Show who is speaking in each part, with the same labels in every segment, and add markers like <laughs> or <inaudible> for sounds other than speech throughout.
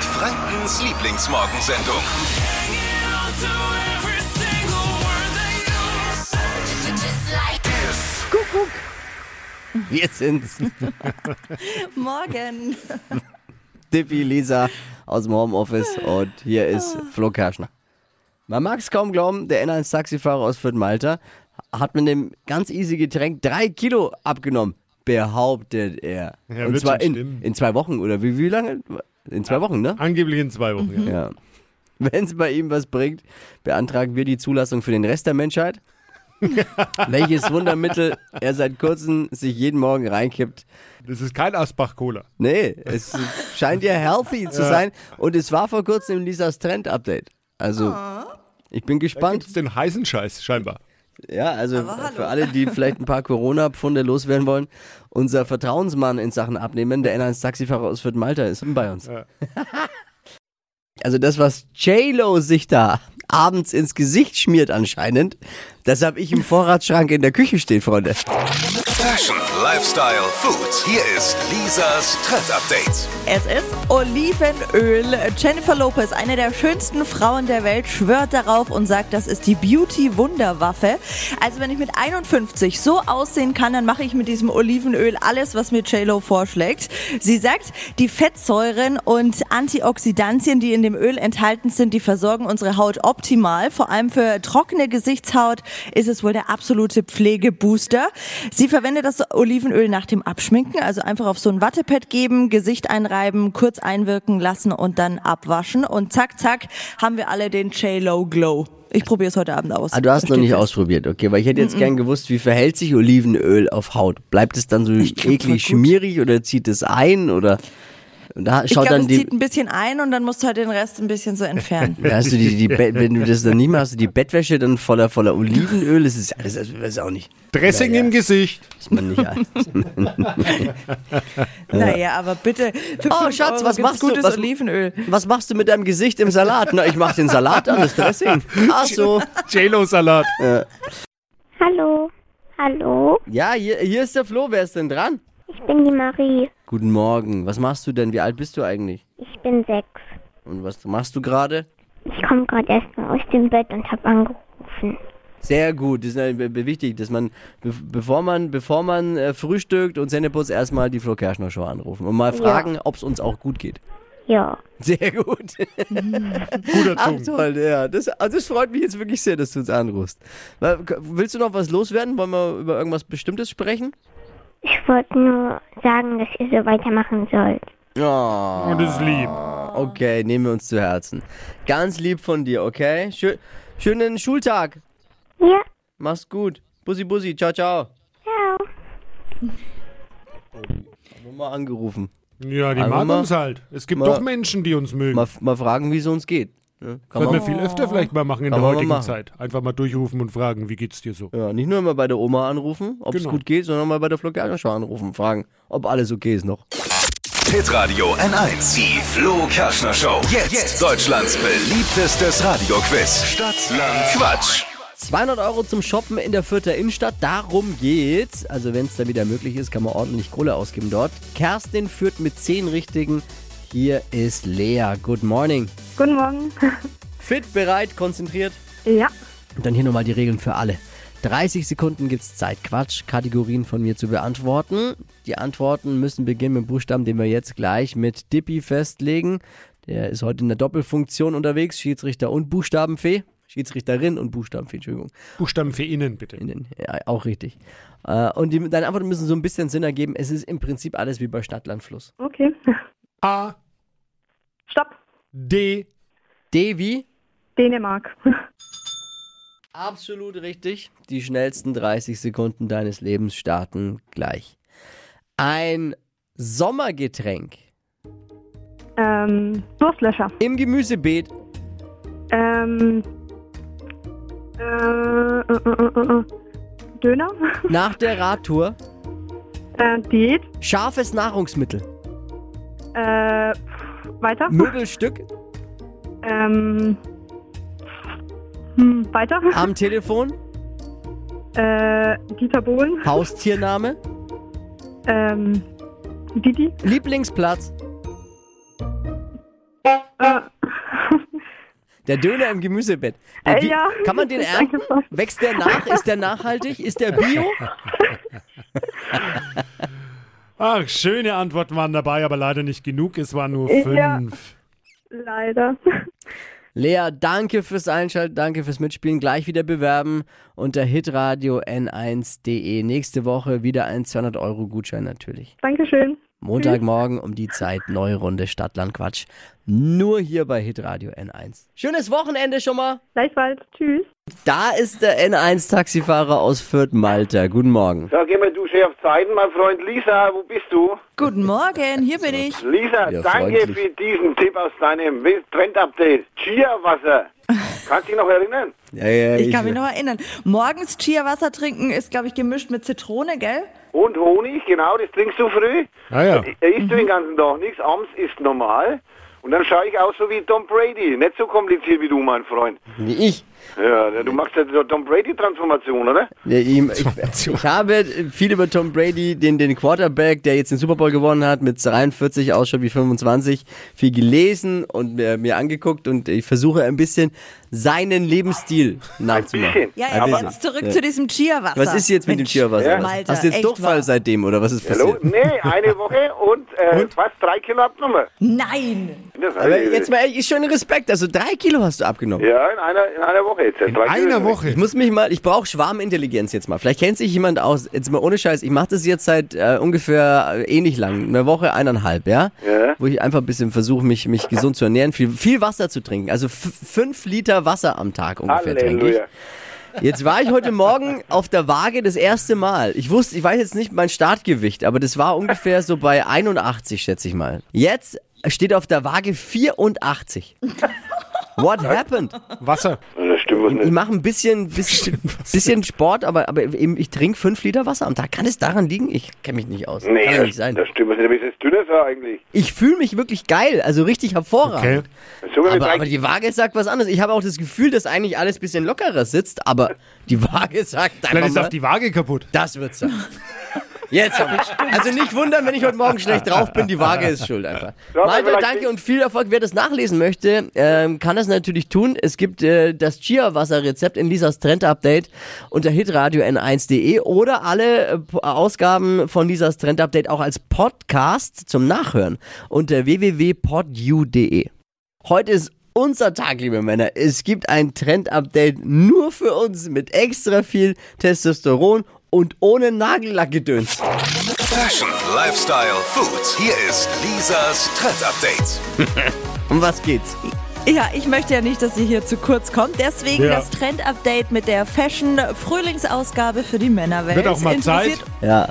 Speaker 1: Frankens Lieblingsmorgensendung.
Speaker 2: Kuckuck.
Speaker 3: Wir sind's.
Speaker 2: Morgen.
Speaker 3: Dippi, Lisa aus dem Homeoffice und hier ist Flo Kerschner. Man mag es kaum glauben, der N1-Taxifahrer aus Fürth Malta hat mit dem ganz easy Getränk drei Kilo abgenommen, behauptet er.
Speaker 4: Ja,
Speaker 3: und
Speaker 4: wird
Speaker 3: zwar
Speaker 4: schon
Speaker 3: in,
Speaker 4: stimmen.
Speaker 3: in zwei Wochen oder wie, wie lange? In zwei Wochen, ne?
Speaker 4: Angeblich in zwei Wochen, ja.
Speaker 3: Ja. Wenn es bei ihm was bringt, beantragen wir die Zulassung für den Rest
Speaker 4: <laughs>
Speaker 3: der Menschheit. Welches Wundermittel er seit kurzem sich jeden Morgen reinkippt,
Speaker 4: Das ist kein Asbach-Cola.
Speaker 3: Nee, es scheint ja healthy zu sein. Und es war vor kurzem in Lisas Trend-Update. Also, ich bin
Speaker 4: Da
Speaker 3: gespannt.
Speaker 4: gibt's den heißen Scheiß, scheinbar.
Speaker 3: Ja, also
Speaker 2: Aber hallo.
Speaker 3: für alle, die vielleicht ein paar Corona-Pfunde loswerden wollen, unser Vertrauensmann in Sachen Abnehmen, der N1-Taxifahrer aus Fürth Malta ist bei uns.
Speaker 4: Ja.
Speaker 3: <laughs> Also das, was J-Lo sich da abends ins Gesicht schmiert anscheinend, das habe ich im Vorratsschrank in der Küche stehen, Freunde.
Speaker 1: Fashion, Lifestyle, Food. Hier ist Lisas Trend Update.
Speaker 2: Es ist Olivenöl. Jennifer Lopez, eine der schönsten Frauen der Welt, schwört darauf und sagt, das ist die Beauty-Wunderwaffe. Also wenn ich mit 51 so aussehen kann, dann mache ich mit diesem Olivenöl alles, was mir JLo vorschlägt. Sie sagt, die Fettsäuren und Antioxidantien, die in dem Öl enthalten sind, die versorgen unsere Haut optimal. Vor allem für trockene Gesichtshaut ist es wohl der absolute Pflegebooster. Sie verwendet das Olivenöl nach dem Abschminken, also einfach auf so ein Wattepad geben, Gesicht einreiben, kurz einwirken lassen und dann abwaschen. Und zack, zack, haben wir alle den J-Lo Glow. Ich probiere es heute Abend aus.
Speaker 3: Ah, du hast noch
Speaker 2: Steht
Speaker 3: nicht
Speaker 2: fest.
Speaker 3: ausprobiert, okay, weil ich hätte
Speaker 2: Mhm.
Speaker 3: jetzt gern gewusst, wie verhält sich Olivenöl auf Haut? Bleibt es dann so
Speaker 2: glaub, voll gut.
Speaker 3: eklig schmierig oder zieht es ein oder und da
Speaker 2: Ich
Speaker 3: schaut
Speaker 2: glaube,
Speaker 3: dann
Speaker 2: es
Speaker 3: die
Speaker 2: zieht ein bisschen ein und dann musst du halt den Rest ein bisschen so entfernen.
Speaker 3: <laughs> Da hast du die, die Bett- wenn du das dann nicht mehr hast, du die Bettwäsche dann voller voller Olivenöl, das ist alles das weiß auch nicht.
Speaker 4: Dressing
Speaker 3: Ja, ja.
Speaker 4: im Gesicht.
Speaker 3: Ist man nicht ein.
Speaker 2: Naja, aber bitte. Für
Speaker 3: Oh,
Speaker 2: fünf
Speaker 3: Schatz,
Speaker 2: Euro
Speaker 3: was
Speaker 2: gibt's
Speaker 3: machst du?
Speaker 2: gutes
Speaker 3: Was-
Speaker 2: Olivenöl.
Speaker 3: Was machst du mit deinem Gesicht im Salat? Na, ich mach den Salat an, das Dressing. Ach so.
Speaker 4: J-Lo-Salat.
Speaker 5: Hallo. Hallo,
Speaker 3: Ja, hier, hier ist der Flo, wer ist denn dran?
Speaker 5: ich bin die Marie.
Speaker 3: Guten Morgen. Was machst du denn? Wie alt bist du eigentlich?
Speaker 5: Ich bin sechs.
Speaker 3: Und was machst du gerade?
Speaker 5: Ich komme gerade erst mal aus dem Bett und habe angerufen.
Speaker 3: Sehr gut, das ist äh, be- be- wichtig, dass man, be- bevor man, bevor man äh, frühstückt und Sendeputz erstmal die Flo Kerschner Show anrufen und mal fragen, ob's ob es uns auch gut geht. <laughs>
Speaker 5: Ja,
Speaker 3: Sehr gut.
Speaker 4: Guter
Speaker 3: Ach
Speaker 4: Zungen.
Speaker 3: toll, ja. Das, also das freut mich jetzt wirklich sehr, dass du uns anrufst. Weil, k- Willst du noch was loswerden? Wollen wir über irgendwas Bestimmtes sprechen?
Speaker 5: ich wollte nur sagen, dass ihr so weitermachen sollt.
Speaker 3: Ja.
Speaker 4: Und ist lieb.
Speaker 3: Okay, nehmen wir uns zu Herzen. Ganz lieb von dir, okay? Schö schönen Schultag.
Speaker 5: Ja,
Speaker 3: Mach's gut. Bussi, bussi. Ciao, ciao.
Speaker 5: ciao.
Speaker 3: Nochmal angerufen.
Speaker 4: Ja, die
Speaker 3: Also
Speaker 4: mag
Speaker 3: mal-
Speaker 4: uns halt. Es gibt
Speaker 3: mal-
Speaker 4: doch Menschen, die uns mögen.
Speaker 3: Mal, f- mal fragen, wie es uns geht. Ja, kann
Speaker 4: Sollten wir
Speaker 3: man,
Speaker 4: viel öfter vielleicht mal machen in
Speaker 3: Kann
Speaker 4: der
Speaker 3: man mal
Speaker 4: heutigen
Speaker 3: machen.
Speaker 4: Zeit. Einfach mal durchrufen und fragen, wie geht's dir so?
Speaker 3: ja, nicht nur immer bei der Oma anrufen, ob es
Speaker 4: Genau.
Speaker 3: gut geht, sondern mal bei der Fluggernershow anrufen und fragen, ob alles okay ist noch.
Speaker 1: Hitradio N1. Die Flo Kerschner Show. Jetzt. Deutschlands beliebtestes Radioquiz. Stadt, Land, Quatsch.
Speaker 3: 200 Euro zum Shoppen in der Fürther Innenstadt, darum geht's. Also wenn es da wieder möglich ist, kann man ordentlich Kohle ausgeben dort. Kerstin führt mit 10 Richtigen. Hier ist Lea. Good morning.
Speaker 6: Guten Morgen. <laughs>
Speaker 3: Fit, bereit, konzentriert.
Speaker 6: Ja.
Speaker 3: Und dann hier nochmal die Regeln für alle. 30 Sekunden gibt's Zeit, Quatsch, Kategorien von mir zu beantworten. Die Antworten müssen beginnen mit dem Buchstaben, den wir jetzt gleich mit Dippy festlegen. Der ist heute in der Doppelfunktion unterwegs, Schiedsrichter und Buchstabenfee. Schiedsrichterin und Buchstabenfee, Entschuldigung.
Speaker 4: Buchstaben für innen, bitte.
Speaker 3: In den, ja, auch richtig. Äh, und die, deine Antworten müssen so ein bisschen Sinn ergeben. Es ist im Prinzip alles wie bei Stadt, Land, Fluss.
Speaker 6: Okay.
Speaker 4: A,
Speaker 6: Stopp.
Speaker 4: D,
Speaker 3: D wie?
Speaker 6: Dänemark. <laughs>
Speaker 3: Absolut richtig. Die schnellsten 30 Sekunden deines Lebens starten gleich. Ein Sommergetränk
Speaker 6: Ähm, Durstlöscher.
Speaker 3: im Gemüsebeet.
Speaker 6: Ähm, äh, äh, äh, äh, äh. Döner. <laughs>
Speaker 3: Nach der Radtour.
Speaker 6: Äh, Diät.
Speaker 3: Scharfes Nahrungsmittel.
Speaker 6: Äh, pff, weiter.
Speaker 3: Möbelstück.
Speaker 6: Ähm, hm, weiter.
Speaker 3: Am Telefon.
Speaker 6: Äh, Dieter Bohlen.
Speaker 3: Haustiername.
Speaker 6: Ähm, Didi. <laughs>
Speaker 3: Lieblingsplatz.
Speaker 6: Äh,
Speaker 3: Der Döner im Gemüsebett. Der
Speaker 6: Äh,
Speaker 3: Bi-
Speaker 6: ja.
Speaker 3: Kann man den
Speaker 6: <laughs> Das ist
Speaker 3: ernten?
Speaker 6: eingefallen.
Speaker 3: Wächst der nach? Ist der nachhaltig? Ist der
Speaker 6: <laughs>
Speaker 3: bio?
Speaker 4: Ach, schöne Antworten waren dabei, aber leider nicht genug. Es waren nur
Speaker 6: Ja.
Speaker 4: fünf.
Speaker 6: leider. <laughs>
Speaker 3: Lea, danke fürs Einschalten, danke fürs Mitspielen. Gleich wieder bewerben unter hitradio n1.de. Nächste Woche wieder ein 200-Euro-Gutschein natürlich.
Speaker 6: Dankeschön.
Speaker 3: Montagmorgen um die Zeit, neue Runde Stadtlandquatsch. Nur hier bei hitradio n1. Schönes Wochenende schon mal.
Speaker 6: Gleichfalls. Tschüss.
Speaker 3: Da ist der N1-Taxifahrer aus Fürth, Malta. Guten Morgen.
Speaker 7: Da gehen wir du schön auf Zeiten, mein Freund Lisa, wo bist du?
Speaker 2: Guten Morgen, hier bin ich.
Speaker 7: Lisa,
Speaker 3: Ja,
Speaker 7: danke
Speaker 3: freundlich.
Speaker 7: für diesen Tipp aus deinem Trend-Update. Chia-Wasser. Kannst du dich noch erinnern?
Speaker 3: Ja, ja,
Speaker 2: Ich kann mich noch erinnern. Morgens Chia-Wasser trinken ist, glaube ich, gemischt mit Zitrone, gell?
Speaker 7: Und Honig, genau, das trinkst du früh.
Speaker 4: Ah ja.
Speaker 7: Er isst
Speaker 3: Mhm.
Speaker 7: du den ganzen Tag nichts, abends ist normal. Und dann schaue ich aus so wie Tom Brady. Nicht so kompliziert wie du, mein Freund.
Speaker 3: Wie ich.
Speaker 7: Ja, du machst ja die Tom Brady-Transformation, oder?
Speaker 3: Ja, ihm- Ich, ich habe viel über Tom Brady, den, den Quarterback, der jetzt den Super Bowl gewonnen hat, mit 43 ausschaut wie 25, viel gelesen und mir, mir angeguckt und ich versuche ein bisschen seinen Lebensstil nachzumachen.
Speaker 7: bisschen.
Speaker 2: Ja,
Speaker 3: Ein
Speaker 2: aber
Speaker 3: bisschen.
Speaker 2: jetzt zurück
Speaker 3: Ja.
Speaker 2: zu diesem Chia-Wasser.
Speaker 3: Was ist jetzt mit dem
Speaker 2: Mensch,
Speaker 3: Tierwasser?
Speaker 2: Malte,
Speaker 3: Hast du jetzt
Speaker 2: echt
Speaker 3: Durchfall
Speaker 2: wahr.
Speaker 3: seitdem oder was ist
Speaker 7: Hallo?
Speaker 3: passiert?
Speaker 7: Nee, eine Woche und, äh, fast drei Kilo abgenommen.
Speaker 2: Nein!
Speaker 7: Das
Speaker 3: Aber jetzt mal ehrlich, schönen Respekt, also drei Kilo hast du abgenommen.
Speaker 7: ja, in einer, in einer Woche jetzt.
Speaker 4: In einer Woche.
Speaker 3: Ich muss mich mal, ich brauche Schwarmintelligenz jetzt mal. Vielleicht kennt sich jemand aus. Jetzt mal ohne Scheiß, ich mache das jetzt seit äh, ungefähr äh, ähnlich lang, eine Woche, eineinhalb, ja?
Speaker 7: Ja.
Speaker 3: Wo ich einfach ein bisschen versuche, mich, mich gesund zu ernähren, viel, viel Wasser zu trinken. Also f- fünf Liter Wasser am Tag ungefähr trinke ich.
Speaker 7: Halleluja.
Speaker 3: Jetzt war ich heute Morgen auf der Waage das erste Mal. Ich wusste, ich weiß jetzt nicht mein Startgewicht, aber das war ungefähr so bei 81, schätze ich mal. Jetzt steht auf der Waage 84. What happened?
Speaker 4: Wasser.
Speaker 7: Das stimmt was
Speaker 3: Ich
Speaker 7: nicht.
Speaker 3: mache ein bisschen, bisschen, bisschen Sport, aber, aber eben, ich trinke fünf Liter Wasser am Tag. Kann es daran liegen? Ich kenne mich nicht aus. Kann
Speaker 7: Nee,
Speaker 3: doch
Speaker 7: das,
Speaker 3: nicht sein.
Speaker 7: das stimmt was nicht. Aber ist das dünner so eigentlich?
Speaker 3: Ich fühle mich wirklich geil, also richtig hervorragend.
Speaker 4: Okay.
Speaker 7: So
Speaker 3: Aber, aber die Waage sagt was anderes. Ich habe auch das Gefühl, dass eigentlich alles ein bisschen lockerer sitzt, aber die Waage sagt
Speaker 4: Vielleicht
Speaker 3: einfach
Speaker 4: ist auch
Speaker 3: mal,
Speaker 4: die Waage kaputt.
Speaker 3: das wird's sein. Jetzt hab ich. Also nicht wundern, wenn ich heute Morgen schlecht drauf bin, die Waage ist schuld einfach.
Speaker 7: aber
Speaker 3: Malte,
Speaker 7: vielleicht
Speaker 3: danke
Speaker 7: nicht.
Speaker 3: und viel Erfolg. Wer das nachlesen möchte, ähm, kann das natürlich tun. Es gibt äh, das Chia-Wasser-Rezept in Lisas Trend-Update unter hitradio n1.de oder alle äh, P- Ausgaben von Lisas Trend-Update auch als Podcast zum Nachhören unter www.podu.de. Heute ist unser Tag, liebe Männer. Es gibt ein Trend-Update nur für uns mit extra viel Testosteron und ohne Nagellackgedöns.
Speaker 1: Fashion, Lifestyle, Food. Hier ist Lisas Trend Update.
Speaker 3: Um was geht's?
Speaker 2: Ja, ich möchte ja nicht, dass ihr hier zu kurz kommt. Deswegen
Speaker 4: Ja.
Speaker 2: das Trend-Update mit der Fashion-Frühlingsausgabe für die Männerwelt.
Speaker 4: Wird auch mal
Speaker 2: Interessiert-
Speaker 4: Zeit.
Speaker 3: Ja,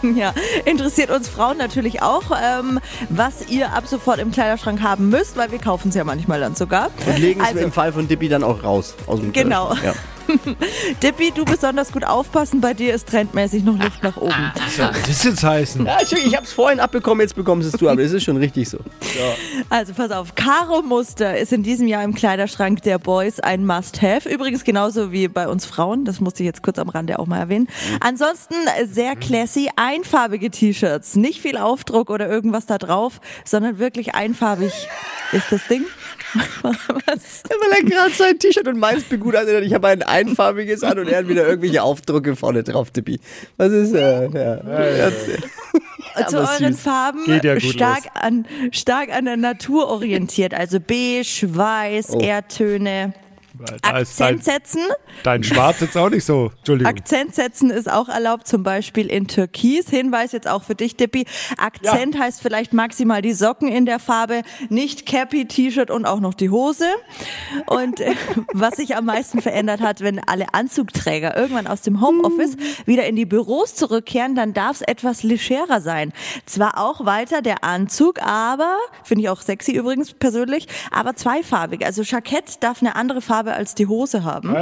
Speaker 2: <laughs> Ja, interessiert uns Frauen natürlich auch, ähm, was ihr ab sofort im Kleiderschrank haben müsst, weil wir kaufen es ja manchmal dann sogar.
Speaker 3: und legen es
Speaker 2: also,
Speaker 3: im Fall von Dippy dann auch raus. Aus dem
Speaker 2: Genau.
Speaker 3: Kleiderschrank.
Speaker 2: <laughs> Dippi, du besonders gut aufpassen, bei dir ist trendmäßig noch Luft nach oben.
Speaker 4: Das jetzt heißen.
Speaker 3: Ja. ja, Entschuldigung, ich hab's vorhin abbekommen, jetzt bekommst es du, aber es ist schon richtig so.
Speaker 2: Also pass auf, Karo Muster ist in diesem Jahr im Kleiderschrank der Boys ein Must-Have. Übrigens genauso wie bei uns Frauen, das musste ich jetzt kurz am Rande auch mal erwähnen. Ansonsten sehr classy, einfarbige T-Shirts. Nicht viel Aufdruck oder irgendwas da drauf, sondern wirklich einfarbig ist das Ding. Was?
Speaker 3: Ja, weil er gerade sein T-Shirt und meins begutachtet hat. Ich habe ein einfarbiges an und er hat wieder irgendwelche Aufdrucke vorne drauf, Dippy. Was ist, äh, ja.
Speaker 2: Äh, zu
Speaker 3: Aber
Speaker 2: euren
Speaker 3: süß.
Speaker 2: Farben
Speaker 4: Geht ja gut
Speaker 2: stark,
Speaker 4: los.
Speaker 2: an, stark an der Natur orientiert. Also beige, weiß,
Speaker 3: Oh.
Speaker 2: Erdtöne.
Speaker 4: Da ist
Speaker 2: Akzent
Speaker 4: dein,
Speaker 2: setzen.
Speaker 4: dein Schwarz jetzt auch nicht so. Entschuldigung.
Speaker 2: Akzent setzen ist auch erlaubt, zum Beispiel in Türkis. Hinweis jetzt auch für dich, Dippi. Akzent heißt vielleicht maximal die Socken in der Farbe, nicht Cappy, T-Shirt und auch noch die Hose. Und äh, was sich am meisten verändert hat, wenn alle Anzugträger irgendwann aus dem Homeoffice wieder in die Büros zurückkehren, dann darf es etwas legerer sein. Zwar auch weiter der Anzug, aber, finde ich auch sexy übrigens persönlich, aber zweifarbig. Also Jackett darf eine andere Farbe als die Hose haben.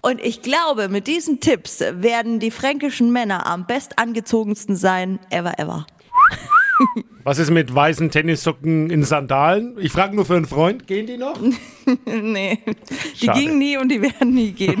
Speaker 2: Und ich glaube, mit diesen Tipps werden die fränkischen Männer am bestangezogensten sein ever ever.
Speaker 4: Was ist mit weißen Tennissocken in Sandalen? Ich frage nur für einen Freund. Gehen die noch?
Speaker 2: nee, die
Speaker 4: Schade.
Speaker 2: gingen nie und die werden nie gehen.